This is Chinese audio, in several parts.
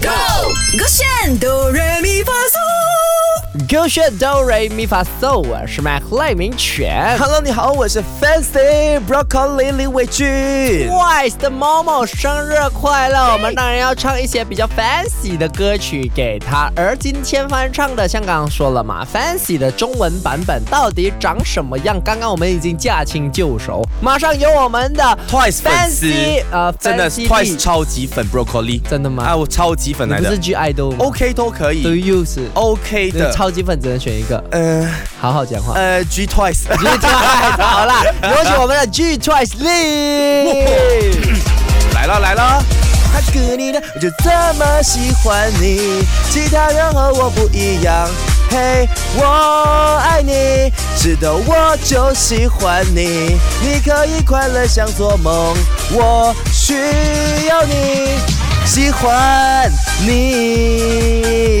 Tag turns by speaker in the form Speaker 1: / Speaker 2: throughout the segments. Speaker 1: Go，我选哆来咪发嗦。
Speaker 2: 歌炫哆瑞咪发嗦，我是麦克赖明全。
Speaker 3: Hello，你好，我是 Fancy Broccoli 李伟俊。
Speaker 2: Twice 的某某生日快乐！我们当然要唱一些比较 fancy 的歌曲给他。而今天翻唱的，像刚刚说了嘛，fancy 的中文版本到底长什么样？刚刚我们已经驾轻就熟，马上有我们的
Speaker 3: Twice 粉丝
Speaker 2: fancy 呃，
Speaker 3: 真的
Speaker 2: fancy
Speaker 3: Twice
Speaker 2: D
Speaker 3: 超级粉 Broccoli，
Speaker 2: 真的吗
Speaker 3: 啊，我超级粉来
Speaker 2: 你不
Speaker 3: 的
Speaker 2: 是 G idol 吗
Speaker 3: ，OK 哦都可
Speaker 2: ，Do
Speaker 3: 以
Speaker 2: you 是
Speaker 3: ，OK
Speaker 2: 你
Speaker 3: 的。
Speaker 2: 超级粉只能选一个，
Speaker 3: 呃
Speaker 2: 好好讲话。
Speaker 3: 呃，G Twice，
Speaker 2: G Twice 好 啦，有请我们的 G Twice Lee。
Speaker 3: 来了来了，
Speaker 4: 他给你的，我就这么喜欢你，其他人和我不一样。嘿，我爱你，是的，我就喜欢你。你可以快乐像做梦，我需要你，喜欢你。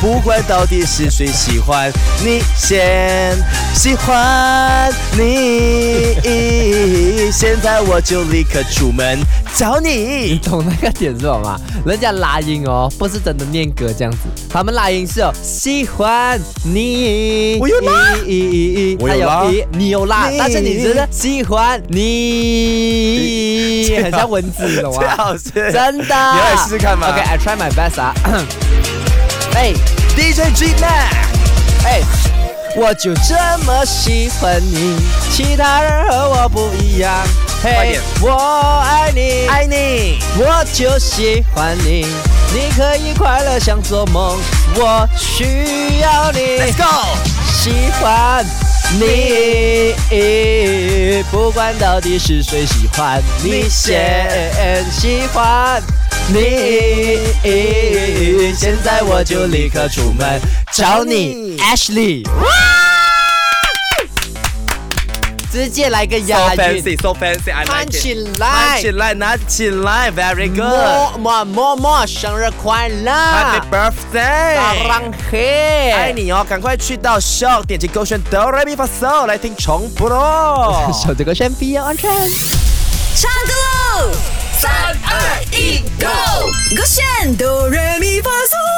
Speaker 4: 不管到底是谁喜欢你先，喜欢你。现在我就立刻出门找你。
Speaker 2: 懂那个点是什么吗？人家拉音哦，不是真的念歌这样子，他们拉音是哦，喜欢你，
Speaker 3: 我有拉
Speaker 2: 咦咦咦
Speaker 3: 我有拉
Speaker 2: 他咦你有拉，
Speaker 3: 你
Speaker 2: 但是你只是喜欢你，很像蚊子，懂
Speaker 3: 最
Speaker 2: 吗？
Speaker 3: 好是
Speaker 2: 真的，你
Speaker 3: 你要来试试看吗
Speaker 2: ？OK，I、try my best 啊。 哎
Speaker 3: DJ G Man，
Speaker 2: 哎，我就这么喜欢你，其他人和我不一样。
Speaker 3: 快
Speaker 2: 嘿
Speaker 3: 点，哎
Speaker 2: 我爱你，
Speaker 3: 爱你。
Speaker 2: 我就喜欢你，你可以快乐像做梦，我需要你
Speaker 3: Let's，go，
Speaker 2: 喜欢你，不管到底是谁喜欢你先喜欢你，现在我就立刻出门找你，Ashley。直接来个
Speaker 3: so
Speaker 2: 押韵，
Speaker 3: fancy，so fancy，I
Speaker 2: 看
Speaker 3: like it。
Speaker 2: 起来
Speaker 3: 拿起来，拿起来，very good。
Speaker 2: 默默默默生日快乐！
Speaker 3: Happy
Speaker 2: 大
Speaker 3: birthday！
Speaker 2: 浪嘿，
Speaker 3: 爱。你哦，赶快去到 Show 点击勾选哆来咪发嗦来听重播咯。
Speaker 2: 手这个炫必要安全。
Speaker 1: 唱歌喽！三二一，Go！我选哆来咪发嗦。